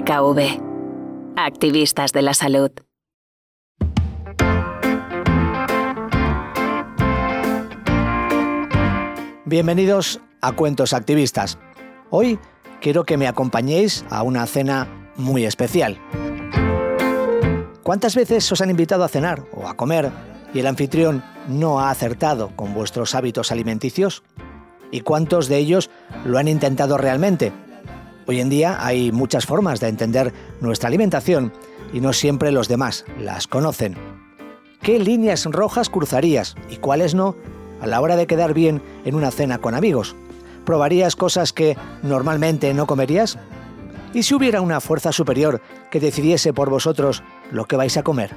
DKV. Activistas de la salud. Bienvenidos a Cuentos Activistas. Hoy quiero que me acompañéis a una cena muy especial. ¿Cuántas veces os han invitado a cenar o a comer y el anfitrión no ha acertado con vuestros hábitos alimenticios? ¿Y cuántos de ellos lo han intentado realmente? Hoy en día hay muchas formas de entender nuestra alimentación y no siempre los demás las conocen. ¿Qué líneas rojas cruzarías y cuáles no a la hora de quedar bien en una cena con amigos? ¿Probarías cosas que normalmente no comerías? ¿Y si hubiera una fuerza superior que decidiese por vosotros lo que vais a comer?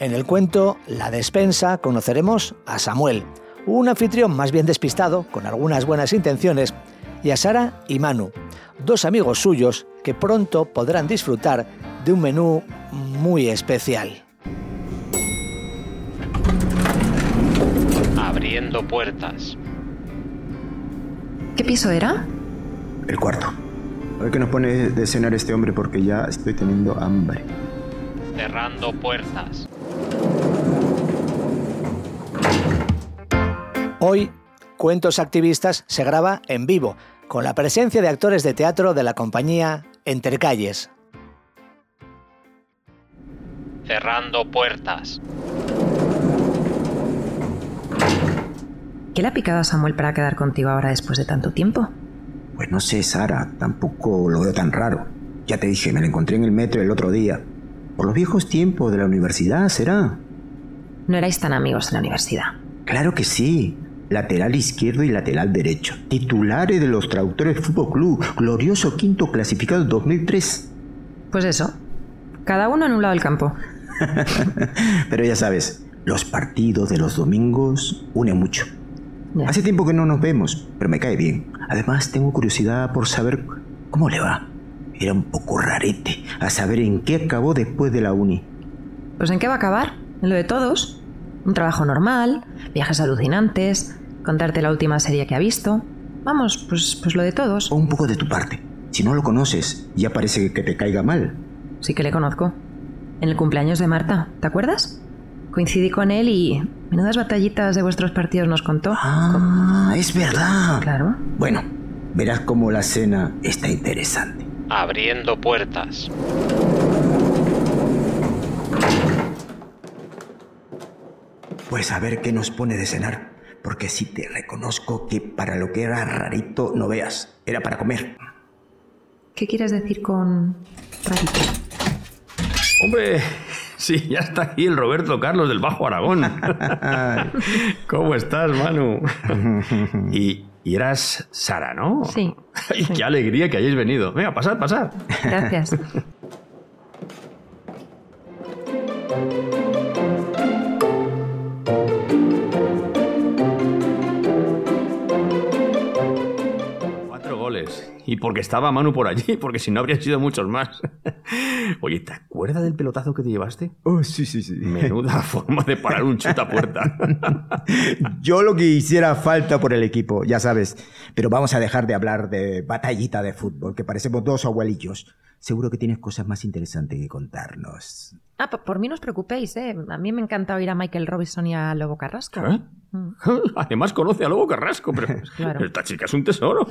En el cuento La despensa conoceremos a Samuel, un anfitrión más bien despistado, con algunas buenas intenciones, y a Sara y Manu, dos amigos suyos que pronto podrán disfrutar de un menú muy especial. Abriendo puertas. ¿Qué piso era? El cuarto. A ver qué nos pone de cenar este hombre porque ya estoy teniendo hambre. Cerrando puertas. Hoy, Cuentos Activistas se graba en vivo, con la presencia de actores de teatro de la compañía Entre Calles. Cerrando puertas. ¿Qué le ha picado a Samuel para quedar contigo ahora después de tanto tiempo? Pues no sé, Sara, tampoco lo veo tan raro. Ya te dije, me lo encontré en el metro el otro día. Por los viejos tiempos de la universidad, ¿será? No erais tan amigos en la universidad. Claro que sí. Lateral izquierdo y lateral derecho. Titulares de los traductores Fútbol Club. Glorioso quinto clasificado 2003. Pues eso. Cada uno en un lado del campo. Pero ya sabes, los partidos de los domingos unen mucho. Ya. Hace tiempo que no nos vemos, pero me cae bien. Además, tengo curiosidad por saber cómo le va. Era un poco rarete a saber en qué acabó después de la uni. Pues en qué va a acabar, en lo de todos. Un trabajo normal, viajes alucinantes, contarte la última serie que ha visto. Vamos, pues, pues lo de todos. O un poco de tu parte. Si no lo conoces, ya parece que te caiga mal. Sí que le conozco. En el cumpleaños de Marta, ¿te acuerdas? Coincidí con él y menudas batallitas de vuestros partidos nos contó. Ah, es verdad. Claro. Bueno, verás cómo la cena está interesante. Abriendo puertas. Pues a ver qué nos pone de cenar, porque sí te reconozco que para lo que era rarito no veas, era para comer. ¿Qué quieres decir con rarito? Hombre, sí, ya está aquí el Roberto Carlos del Bajo Aragón. ¿Cómo estás, Manu? y, y eras Sara, ¿no? Sí. Ay, ¡Qué alegría que hayáis venido! Venga, pasad, pasad. Gracias. Cuatro goles. Y porque estaba Manu por allí, porque si no habrían sido muchos más. Oye, ¿te acuerdas del pelotazo que te llevaste? Oh, sí, sí, sí. Menuda forma de parar un chuta puerta. Yo lo que hiciera falta por el equipo, ya sabes. Pero vamos a dejar de hablar de batallita de fútbol, que parecemos dos abuelillos. Seguro que tienes cosas más interesantes que contarnos. Ah, po- por mí no os preocupéis, ¿eh? A mí me encanta oír a Michael Robinson y a Lobo Carrasco. Mm. ¿Eh? Además conoce a Lobo Carrasco, pero Claro. esta chica es un tesoro.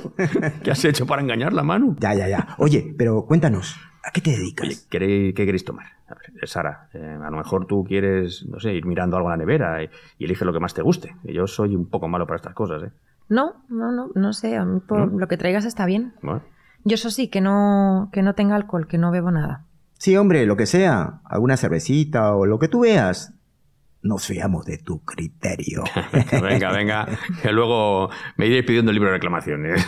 ¿Qué has hecho para engañarla, Manu? Ya, ya, ya. Oye, pero cuéntanos, ¿a qué te dedicas? Oye, ¿qué, qué queréis tomar? A ver, eh, Sara, eh, a lo mejor tú quieres, no sé, ir mirando algo en la nevera y, y elige lo que más te guste. Que Yo soy un poco malo para estas cosas, ¿eh? No, no, no, no sé. A mí por ¿No? lo que traigas está bien. Bueno, Yo eso sí, que no, que no tenga alcohol, que no bebo nada. Sí, hombre, lo que sea. Alguna cervecita o lo que tú veas. Nos fiamos de tu criterio. venga, venga, que luego me iréis pidiendo el libro de reclamaciones.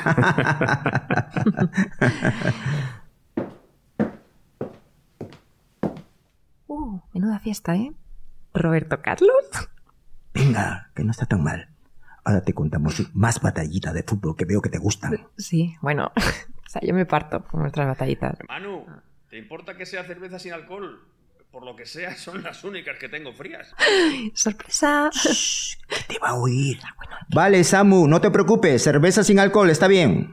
Uh, menuda fiesta, ¿eh? Roberto Carlos. Venga, que no está tan mal. Ahora te contamos más batallitas de fútbol que veo que te gustan. Sí, bueno. O sea, yo me parto con nuestras batallitas. Manu, ¿te importa que sea cerveza sin alcohol? Por lo que sea, son las únicas que tengo frías. ¡Sorpresa! Shh, que te va a oír. Vale, Samu, no te preocupes. Cerveza sin alcohol, está bien.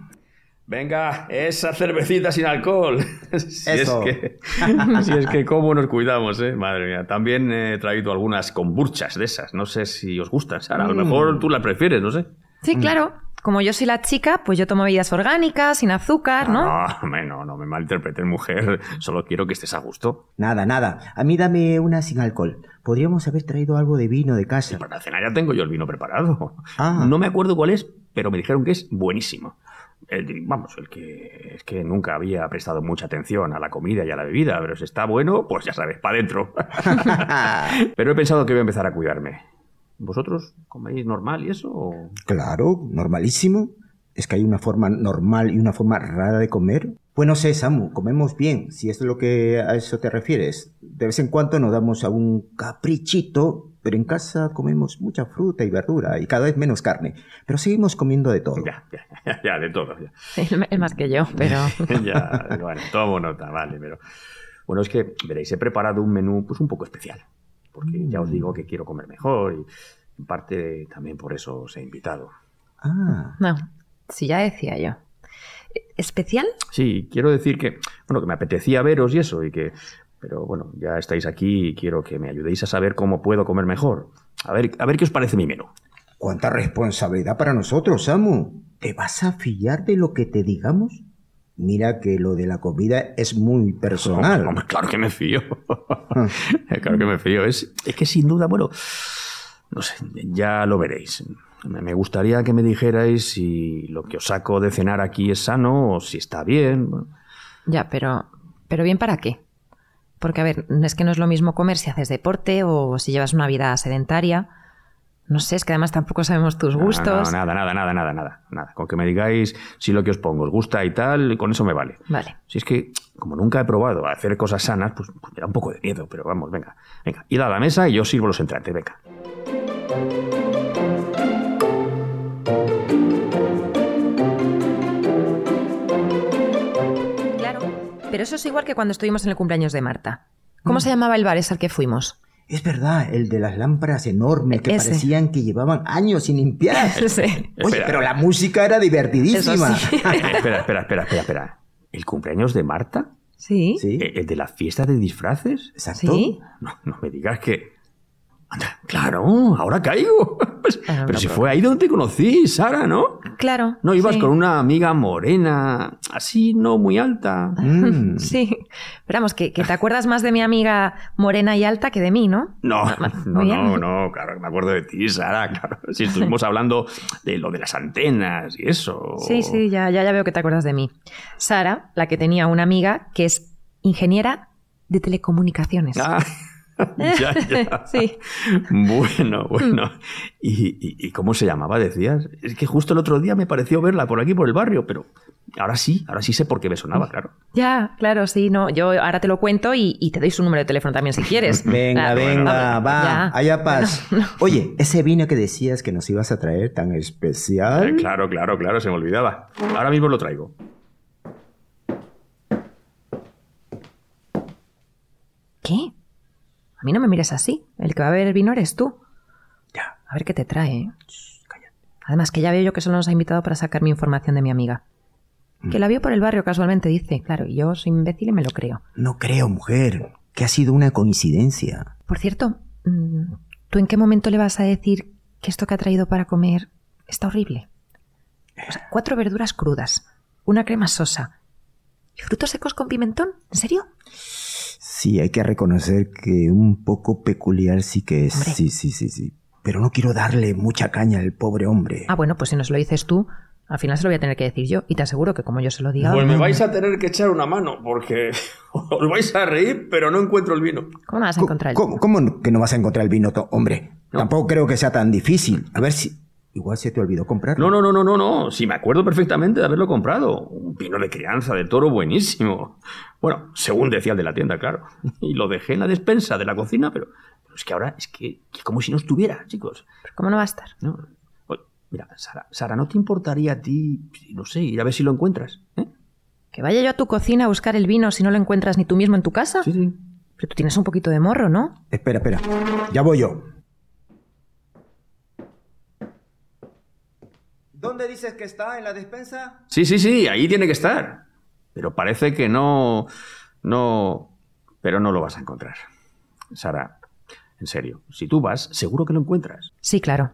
Venga, esa cervecita sin alcohol. si, Eso. Es que, si es que cómo nos cuidamos, ¿eh? Madre mía. También he traído algunas kombuchas de esas. No sé si os gustan, Sara. Mm. A lo mejor tú la prefieres, no sé. Sí, Mm. claro. Como yo soy la chica, pues yo tomo bebidas orgánicas, sin azúcar, ¿no? Ah, No, me- no, no me malinterpretes, mujer. Solo quiero que estés a gusto. Nada, nada. A mí dame una sin alcohol. Podríamos haber traído algo de vino de casa. Para la cena ya tengo yo el vino preparado. Ah. No me acuerdo cuál es, pero me dijeron que es buenísimo. El- vamos, el que es que nunca había prestado mucha atención a la comida y a la bebida, pero si está bueno, pues ya sabes, para adentro. pero he pensado que voy a empezar a cuidarme. ¿Vosotros coméis normal y eso? o- Claro, normalísimo. Es que hay una forma normal y una forma rara de comer. Pues no sé, Samu, comemos bien, si es lo que a eso te refieres. De vez en cuando nos damos a un caprichito, pero en casa comemos mucha fruta y verdura y cada vez menos carne. Pero seguimos comiendo de todo. Ya, ya, ya, ya, de todo. Ya. El, el más que yo, pero. Ya, bueno, tomo nota, vale, pero... Bueno, es que, veréis, he preparado un menú pues un poco especial, porque ya os digo que quiero comer mejor y en parte también por eso os he invitado. Ah, No, si ya decía yo. Eh, ¿Especial? Sí, quiero decir que, bueno, que me apetecía veros y eso, y que... Pero bueno, ya estáis aquí y quiero que me ayudéis a saber cómo puedo comer mejor. A ver, a ver qué os parece mi menú. cuánta responsabilidad para nosotros, Samu. ¿Te vas a fiar de lo que te digamos? Mira que lo de la comida es muy personal. Hombre, claro que me fío. Ah. claro que me fío. Es, es que sin duda, bueno, no sé, ya lo veréis. Me me gustaría que me dijerais si lo que os saco de cenar aquí es sano o si está bien. Bueno, Ya, pero. ¿Pero bien para qué? Porque, a ver, no es que no es lo mismo comer si haces deporte o si llevas una vida sedentaria. No sé, es que además tampoco sabemos tus no, gustos. no, nada, nada, nada, nada, nada, nada. Con que me digáis si lo que os pongo os gusta y tal, con eso me vale. Vale. Si es que, como nunca he probado a hacer cosas sanas, pues, pues me da un poco de miedo, pero vamos, venga, venga, id a la mesa y yo sirvo los entrantes, venga. Claro. Pero eso es igual que cuando estuvimos en el cumpleaños de Marta. ¿Cómo se llamaba el bar ese al que fuimos? Es verdad, el de las lámparas enormes que Ese. parecían que llevaban años sin limpiar. Sí. Oye, Espera. pero la música era divertidísima. Eso sí. espera, espera, espera, espera, espera. ¿El cumpleaños de Marta? Sí. Sí, ¿Eh? ¿El el de la fiesta de disfraces? exacto. Sí. No, no me digas que... Anda, claro, ahora caigo. Pues, Ah, pero no, si pero- fue ahí donde te conocí, Sara, ¿no? Claro. No, ibas sí. con una amiga morena, así no muy alta. Ah. Mm. Sí. Pero vamos, que, que te acuerdas más de mi amiga morena y alta que de mí, ¿no? No, no, bien. no, no, claro que me acuerdo de ti, Sara, claro. Si estuvimos hablando de lo de las antenas y eso. Sí, sí, ya, ya, ya veo que te acuerdas de mí. Sara, la que tenía una amiga que es ingeniera de telecomunicaciones. Ah, ya, ya. Sí. Bueno, bueno. ¿Y, y, y cómo se llamaba, decías? Es que justo el otro día me pareció verla por aquí, por el barrio, pero ahora sí, ahora sí sé por qué me sonaba, claro. Ya, claro, sí, no. Yo ahora te lo cuento y, y te doy su número de teléfono también si quieres. Venga, Ah, venga, bueno, va, ya. allá paz. Oye, ese vino que decías que nos ibas a traer tan especial. Eh, claro, claro, claro, se me olvidaba. Ahora mismo lo traigo. ¿Qué? A mí no me mires así. El que va a beber vino eres tú. Ya. A ver qué te trae. ¿eh? Además, que ya veo yo que solo nos ha invitado para sacar mi información de mi amiga. Mm. Que la vio por el barrio casualmente, dice. Claro, y yo soy imbécil y me lo creo. No creo, mujer, que ha sido una coincidencia. Por cierto, mm, ¿tú en qué momento le vas a decir que esto que ha traído para comer está horrible? O sea, cuatro verduras crudas, una crema sosa y frutos secos con pimentón. ¿En serio? Sí, hay que reconocer que un poco peculiar sí que es. Hombre. Sí, sí, sí, sí. Pero no quiero darle mucha caña al pobre hombre. Ah, bueno, pues si nos lo dices tú, al final se lo voy a tener que decir yo. Y te aseguro que como yo se lo diga... Pues mm, a tener que echar una mano porque os vais a reír, pero no encuentro el vino. ¿Cómo me vas a Co- pues, encontrar? el- ¿Cómo, cómo que no vas a encontrar el vino, to- hombre? Tampoco creo que sea tan difícil. A ver si. Igual se te olvidó comprarlo. No, no, no, no, no, no. Sí, me acuerdo perfectamente de haberlo comprado. Un vino de crianza de toro buenísimo. Bueno, según decía el de la tienda, claro. Y lo dejé en la despensa de la cocina, pero, pero es que ahora es que, que como si no estuviera, chicos. Pues, ¿Cómo no va a estar? No. Oye, mira, Sara, Sara, ¿no te importaría a ti, no sé, ir a ver si lo encuentras? ¿Eh? Que vaya yo a tu cocina a buscar el vino si no lo encuentras ni tú mismo en tu casa. Sí, sí. Pero tú tienes un poquito de morro, ¿no? Espera, espera. Ya voy yo. ¿Dónde dices que está? ¿En la despensa? Sí, sí, sí, ahí tiene que estar. Pero parece que no. No. Pero no lo vas a encontrar. Sara, en serio, si tú vas, seguro que lo encuentras. Sí, claro.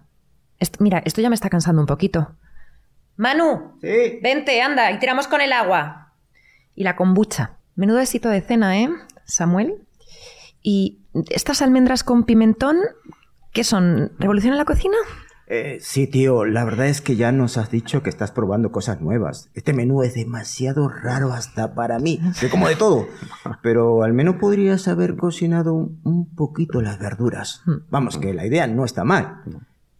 Est- mira, esto ya me está cansando un poquito. Manu, Sí. vente, anda, y tiramos con el agua. Y la kombucha. Menudo éxito de cena, ¿eh, Samuel? Y estas almendras con pimentón, ¿qué son? ¿Revolucionan la cocina? Eh, sí, tío, la verdad es que ya nos has dicho que estás probando cosas nuevas. Este menú es demasiado raro hasta para mí. Yo como de todo. Pero al menos podrías haber cocinado un, un poquito las verduras. Vamos, que la idea no está mal.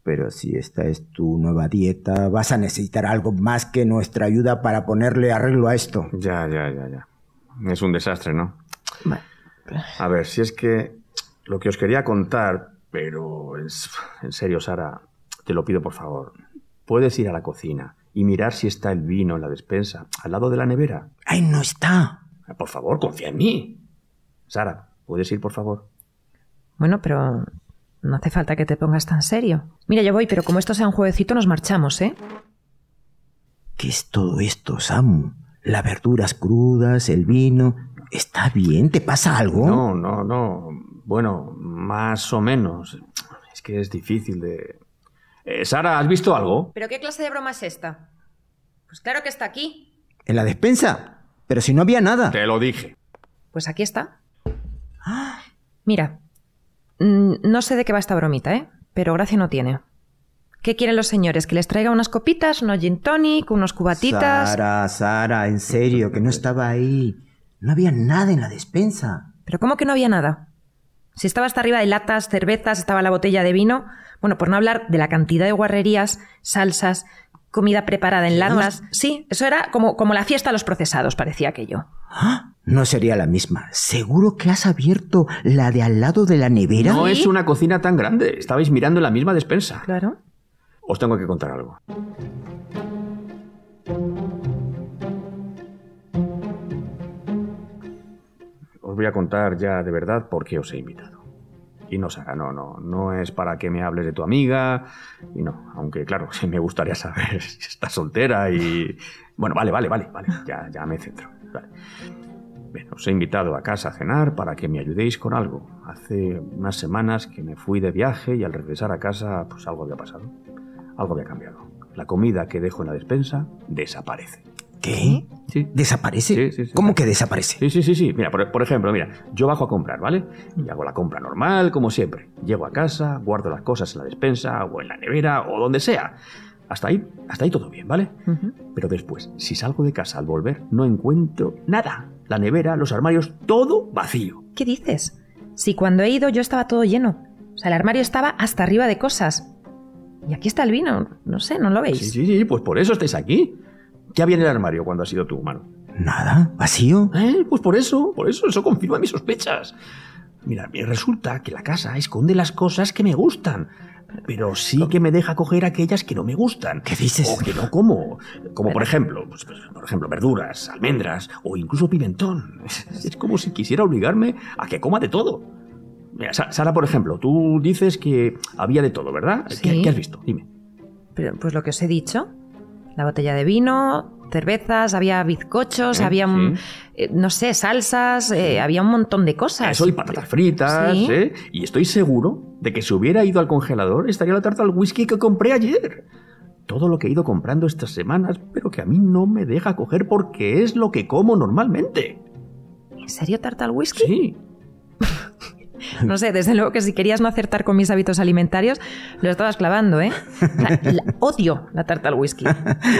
Pero si esta es tu nueva dieta, vas a necesitar algo más que nuestra ayuda para ponerle arreglo a esto. Ya, ya, ya, ya. Es un desastre, ¿no? Bueno, A ver, si es que lo que os quería contar, pero es- en serio, Sara, te lo pido por favor. Puedes ir a la cocina y mirar si está el vino en la despensa, al lado de la nevera. ¡Ay, no está! Por favor, confía en mí. Sara, ¿puedes ir, por favor? Bueno, pero no hace falta que te pongas tan serio. Mira, yo voy, pero como esto sea un jueguecito, nos marchamos, ¿eh? ¿Qué es todo esto, Samu? Las verduras crudas, el vino. ¿Está bien? ¿Te pasa algo? No, no, no. Bueno, más o menos. Es que es difícil de... Eh, Sara, ¿has visto algo? ¿Pero qué clase de broma es esta? Pues claro que está aquí. ¿En la despensa? Pero si no había nada. Te lo dije. Pues aquí está. Mira, mm, no sé de qué va esta bromita, ¿eh? Pero gracia no tiene. ¿Qué quieren los señores? ¿Que les traiga unas copitas, unos gin tonic, unos cubatitas? Sara, Sara, en serio, que no estaba ahí. No había nada en la despensa. ¿Pero cómo que no había nada? Si estaba hasta arriba de latas, cervezas, estaba la botella de vino. Bueno, por no hablar de la cantidad de guarrerías, salsas, comida preparada en latas. Sí, eso era como, como la fiesta de los procesados, parecía aquello. ¡Ah! No sería la misma. Seguro que has abierto la de al lado de la nevera. No es una cocina tan grande. Estabais mirando en la misma despensa. Claro. Os tengo que contar algo. Os voy a contar ya de verdad por qué os he invitado. Y no, Sara, no, no, no es para que me hables de tu amiga. Y no, aunque claro, sí me gustaría saber si estás soltera y. Bueno, vale, vale, vale, vale, ya, ya me centro. Vale. Bien, os he invitado a casa a cenar para que me ayudéis con algo. Hace unas semanas que me fui de viaje y al regresar a casa, pues algo había pasado. Algo había cambiado. La comida que dejo en la despensa desaparece. ¿Qué? Sí. ¿Desaparece? Sí, sí, sí. ¿Cómo que desaparece? Sí, sí, sí, sí. Mira, por, por ejemplo, mira, yo bajo a comprar, ¿vale? Y hago la compra normal, como siempre. Llego a casa, guardo las cosas en la despensa o en la nevera o donde sea. Hasta ahí, hasta ahí todo bien, ¿vale? Pero después, si salgo de casa al volver, no encuentro nada. La nevera, los armarios, todo vacío. ¿Qué dices? Si cuando he ido yo estaba todo lleno. O sea, el armario estaba hasta arriba de cosas. Y aquí está el vino. No sé, ¿no lo veis? Sí, sí, sí, pues por eso estáis aquí. ¿Qué había en el armario cuando has sido tú, humano? ¿Nada? ¿Vacío? ¿Eh? Pues por eso, por eso, eso confirma mis sospechas. Mira, me resulta que la casa esconde las cosas que me gustan, pero sí que me deja coger aquellas que no me gustan. ¿Qué dices? O que no como. Como por ejemplo, pues, pues, por ejemplo, verduras, almendras o incluso pimentón. Es como si quisiera obligarme a que coma de todo. Mira, Sa- Sara, por ejemplo, tú dices que había de todo, ¿verdad? ¿Qué- Sí. ¿Qué has visto? Dime. Pero, pues lo que os he dicho. La botella de vino, cervezas, había bizcochos, Eh, había, un- sí. eh, no sé, salsas, eh, había un montón de cosas. Eso y patatas fritas, Sí. ¿eh? Y estoy seguro de que si hubiera ido al congelador estaría la tarta al whisky que compré ayer. Todo lo que he ido comprando estas semanas, pero que a mí no me deja coger porque es lo que como normalmente. ¿En serio tarta al whisky? Sí. No sé, desde luego que si querías no acertar con mis hábitos alimentarios, lo estabas clavando, ¿eh? O sea, la- odio la tarta al whisky.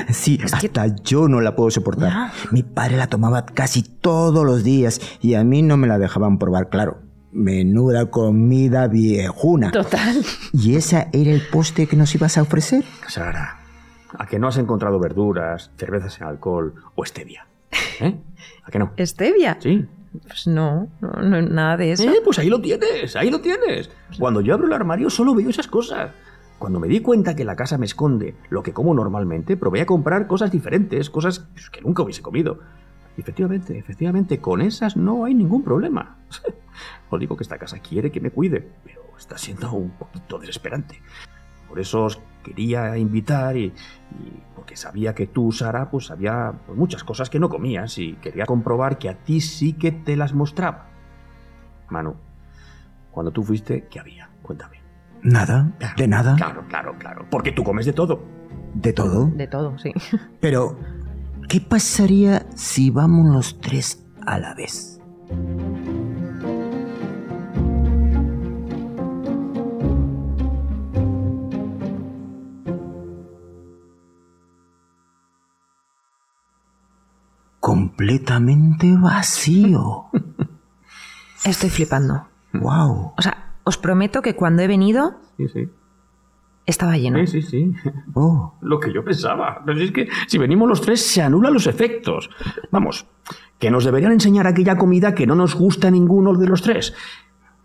Sí, hasta yo no la puedo soportar. Ya. Mi padre la tomaba casi todos los días y a mí no me la dejaban probar, claro. Menuda comida viejuna. Total. ¿Y ese era el poste que nos ibas a ofrecer? Sara, ¿a que no has encontrado verduras, cervezas en alcohol o stevia? ¿Eh? ¿A que no? ¿Stevia? Sí. Pues no, no, no, nada de eso. Eh, pues ahí lo tienes, ahí lo tienes. Cuando yo abro el armario solo veo esas cosas. Cuando me di cuenta que la casa me esconde lo que como normalmente, probé a comprar cosas diferentes, cosas pues, que nunca hubiese comido. Y efectivamente, efectivamente, con esas no hay ningún problema. Os digo que esta casa quiere que me cuide, pero está siendo un poquito desesperante. Por eso os quería invitar y, y porque sabía que tú, Sara, pues había pues, muchas cosas que no comías y quería comprobar que a ti sí que te las mostraba. Manu, cuando tú fuiste, ¿qué había? Cuéntame. Nada, Claro, de nada, Claro, claro, claro. Porque tú comes de todo. de todo. De todo, sí. Pero, ¿qué pasaría si vamos los tres a la vez? Completamente vacío. Estoy flipando. ¡Wow! O sea, os prometo que cuando he venido Sí, sí. estaba lleno. Sí, sí, sí. Oh, Lo que yo pensaba. Pero si es que si venimos los tres se anulan los efectos. Vamos, que nos deberían enseñar aquella comida que no nos gusta a ninguno de los tres.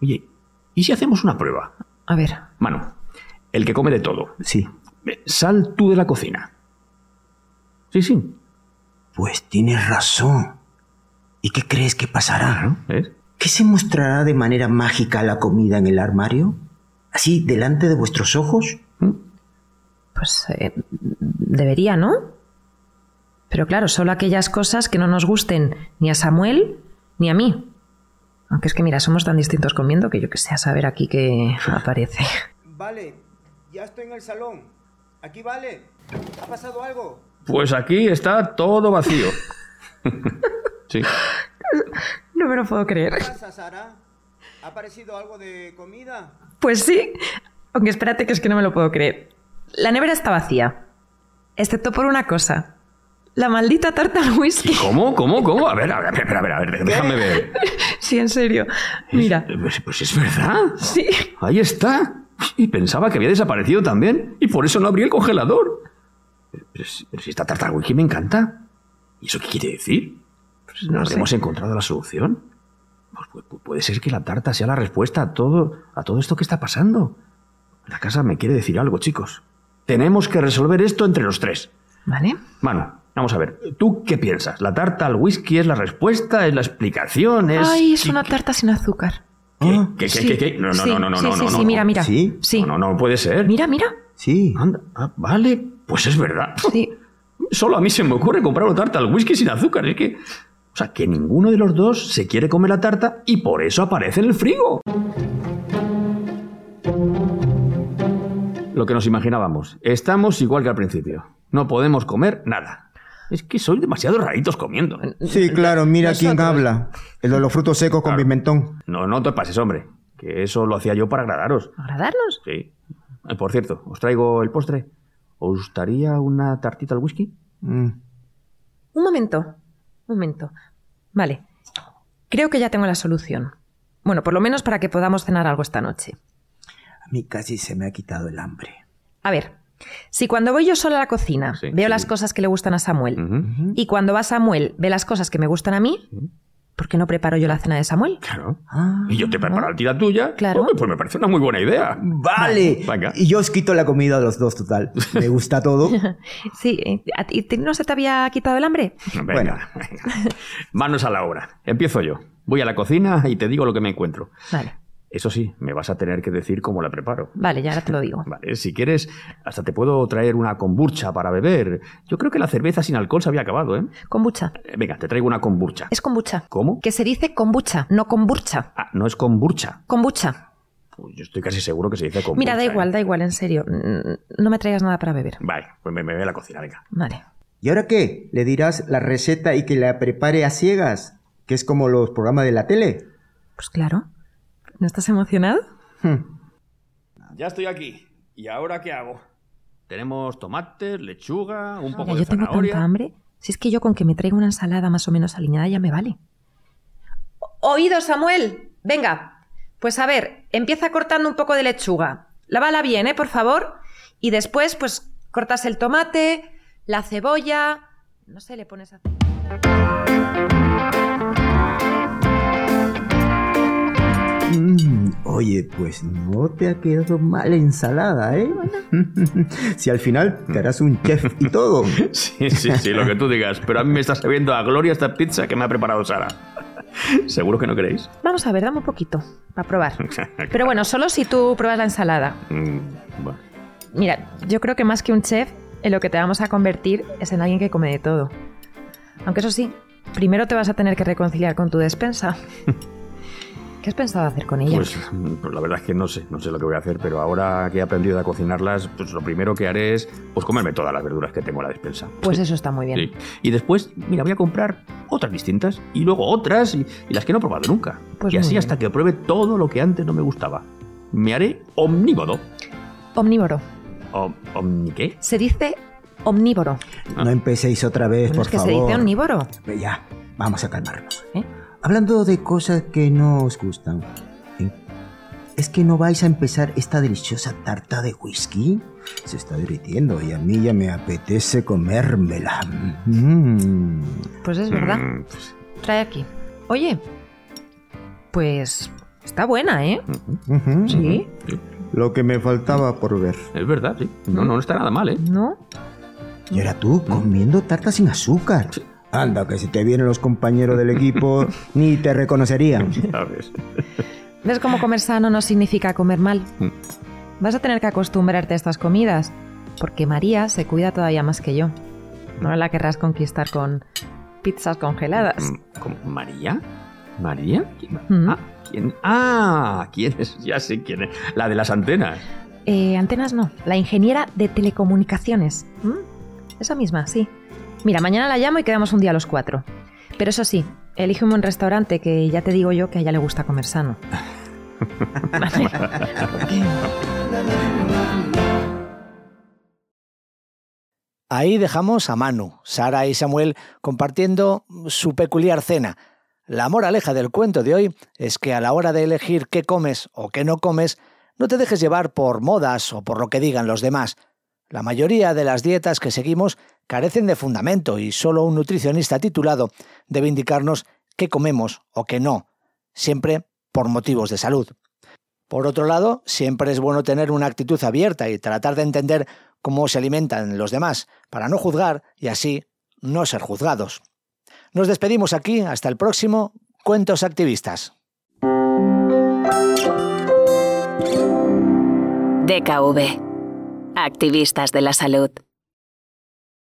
Oye, ¿y si hacemos una prueba? A ver, Manu, el que come de todo. sí. eh, Sal tú de la cocina. Sí, sí. Pues tienes razón. ¿Y qué crees que pasará? ¿Ves? ¿Qué se mostrará de manera mágica la comida en el armario? ¿Así delante de vuestros ojos? pues eh, debería, ¿no? Pero claro, solo aquellas cosas que no nos gusten ni a Samuel ni a mí. Aunque es que mira, somos tan distintos comiendo que yo que sé a saber aquí qué aparece. Vale, ya estoy en el salón. Aquí vale. ¿Ha pasado algo? Pues aquí está todo vacío. sí. No me lo puedo creer. ¿Qué pasa, Sara? ¿Ha aparecido algo de comida? Pues sí, aunque espérate que es que no me lo puedo creer. La nevera está vacía, excepto por una cosa. La maldita tarta al whisky. ¿Y cómo? ¿Cómo? ¿Cómo? A ver, a ver, a ver, a ver, a ver déjame ver. Sí, en serio. Mira, Es- Pues, pues es verdad. sí. Ahí está. Y pensaba que había desaparecido también. Y por eso no abrí el congelador. Pero, si- pero si esta tarta al whisky me encanta. ¿Y eso qué quiere decir? Pues no habremos encontrado la solución. Pues pu- pu- puede ser que la tarta sea la respuesta a todo, a todo esto que está pasando. La casa me quiere decir algo, chicos. Tenemos que resolver esto entre los tres. Vale. Manu, vamos a ver. ¿Tú qué piensas? ¿La tarta al whisky es la respuesta? ¿Es la explicación? ¿Es... Ay, es una tarta sin azúcar. ¿Qué? Ah, ¿Qué? ¿Qué? Sí, ¿Qué? qué? No, no, sí, no, no, no, sí, no, sí, no, sí, no. mira, mira. ¿Sí? Sí. No, no, no puede ser. Mira, mira. Sí. Anda, ah, vale, pues es verdad. Sí. Solo a mí se me ocurre comprar una tarta al whisky sin azúcar. Es que. O sea, que ninguno de los dos se quiere comer la tarta y por eso aparece en el frigo. Lo que nos imaginábamos. Estamos igual que al principio. No podemos comer nada. Es que soy demasiado raritos comiendo. ¿eh? Sí, claro, mira quién habla. El de los frutos secos con pimentón. No, no te pases, hombre. Que eso lo hacía yo para agradaros. ¿Agradarnos? Sí. Eh, Por cierto, os traigo el postre. ¿Os gustaría una tartita al whisky? Mm. Un momento. Un momento. Vale. Creo que ya tengo la solución. Bueno, por lo menos para que podamos cenar algo esta noche. A mí casi se me ha quitado el hambre. A ver, si cuando voy yo sola a la cocina Sí, veo sí. Mm. las cosas que le gustan a Samuel Ujú. y cuando va Samuel ve las cosas que me gustan a mí, Mm. ¿por qué no preparo yo la cena de Samuel? Claro. Ah, Y yo te preparo la tira tuya. Claro. Hombre, pues me parece una muy buena idea. vale. Venga. Y yo os quito la comida a los dos, total. Me gusta todo. Sí, eh, ¿a ti te- no se te había quitado el hambre? Venga, Bueno. venga. Manos a la obra. Empiezo yo. Voy a la cocina y te digo lo que me encuentro. Vale, Eso sí, me vas a tener que decir cómo la preparo. vale, ya ahora te lo digo. Vale, si quieres, hasta te puedo traer una kombucha para beber. Yo creo que la cerveza sin alcohol se había acabado, ¿eh? Kombucha. Eh, Venga, te traigo una kombucha. Es kombucha. ¿Cómo? Que se dice kombucha, no kombucha. Ah, no es kombucha. Kombucha. Pues yo estoy casi seguro que se dice kombucha. Mira, da ¿eh? igual, da igual, en serio. Mm, No me traigas nada para beber. Vale, pues me, me voy a la cocina, venga. Vale. ¿Y ahora qué? ¿Le dirás la receta y que la prepare a ciegas? Que es como los programas de la tele. Pues claro. ¿No estás emocionado? Hmm. Ya estoy aquí. ¿Y ahora qué hago? Tenemos tomates, lechuga, un poco Ah, Mira, de yo tengo zanahoria. tanta hambre. Si es que yo con que me traiga una ensalada más o menos alineada ya me vale. Oído, Samuel. Venga. Pues a ver, empieza cortando un poco de lechuga. Lávala bien, ¿eh? Por favor. Y después, pues, cortas el tomate, la cebolla. No sé, le pones a... Mm, Oye, pues no te ha quedado mal ensalada, ¿eh? si al final te harás un chef y todo. Sí, sí, sí, lo que tú digas. Pero a mí me está sabiendo a gloria esta pizza que me ha preparado Sara. ¿Seguro que no queréis? Vamos a ver, dame un poquito, para probar. Pero bueno, solo si tú pruebas la ensalada. Mm, bueno. Mira, yo creo que más que un chef, en lo que te vamos a convertir es en alguien que come de todo. Aunque eso sí, primero te vas a tener que reconciliar con tu despensa. ¿Qué has pensado hacer con ella? Pues, pues la verdad es que no sé, no sé lo que voy a hacer, pero ahora que he aprendido a cocinarlas, pues lo primero que haré es pues comerme todas las verduras que tengo en la despensa. Pues eso está muy bien. Sí. Y después, mira, voy a comprar otras distintas y luego otras y, y las que no he probado nunca. Pues y muy así bien. hasta que pruebe todo lo que antes no me gustaba. Me haré omnívodo. Omnívoro. O, ¿Omni qué? Se dice omnívoro. Eh, No empecéis otra vez, Bueno, por es que favor. se dice omnívoro. Ya, vamos a calmarnos. ¿Eh? Hablando de cosas que no os gustan, ¿eh? ¿es que no vais a empezar esta deliciosa tarta de whisky? Se está derritiendo y a mí ya me apetece comérmela. Mm. Pues es verdad. Mm, pues, Trae aquí. Oye, pues está buena, ¿eh? Sí. Ujú. mm, sí, Lo que me faltaba por ver. es verdad, sí. No, no, no está nada mal, ¿eh? ¿No? Y ahora tú, comiendo tarta sin azúcar. Anda, que si te vienen los compañeros del equipo, ni te reconocerían. Mm. ¿Sabes? ¿Ves cómo comer sano no significa comer mal? Mm. Vas a tener que acostumbrarte a estas comidas, porque María se cuida todavía más que yo. No la querrás conquistar con pizzas congeladas. Mm, ¿cómo? ¿María? ¿María? ¿Quién? Mm. Ah, ¿quién? Ah, ¿quién es? Ya sé quién es. La de las antenas. Eh, antenas no, la ingeniera de telecomunicaciones. ¿Mm? Esa misma, sí. Mira, mañana la llamo y quedamos un día a los cuatro. Pero eso sí, elige un buen restaurante que ya te digo yo que a ella le gusta comer sano. Ahí dejamos a Manu, Sara y Samuel compartiendo su peculiar cena. La moraleja del cuento de hoy es que a la hora de elegir qué comes o qué no comes, no te dejes llevar por modas o por lo que digan los demás. La mayoría de las dietas que seguimos carecen de fundamento y solo un nutricionista titulado debe indicarnos qué comemos o qué no, siempre por motivos de salud. Por otro lado, siempre es bueno tener una actitud abierta y tratar de entender cómo se alimentan los demás, para no juzgar y así no ser juzgados. Nos despedimos aquí, hasta el próximo Cuentos Activistas. DKV. Activistas de la salud.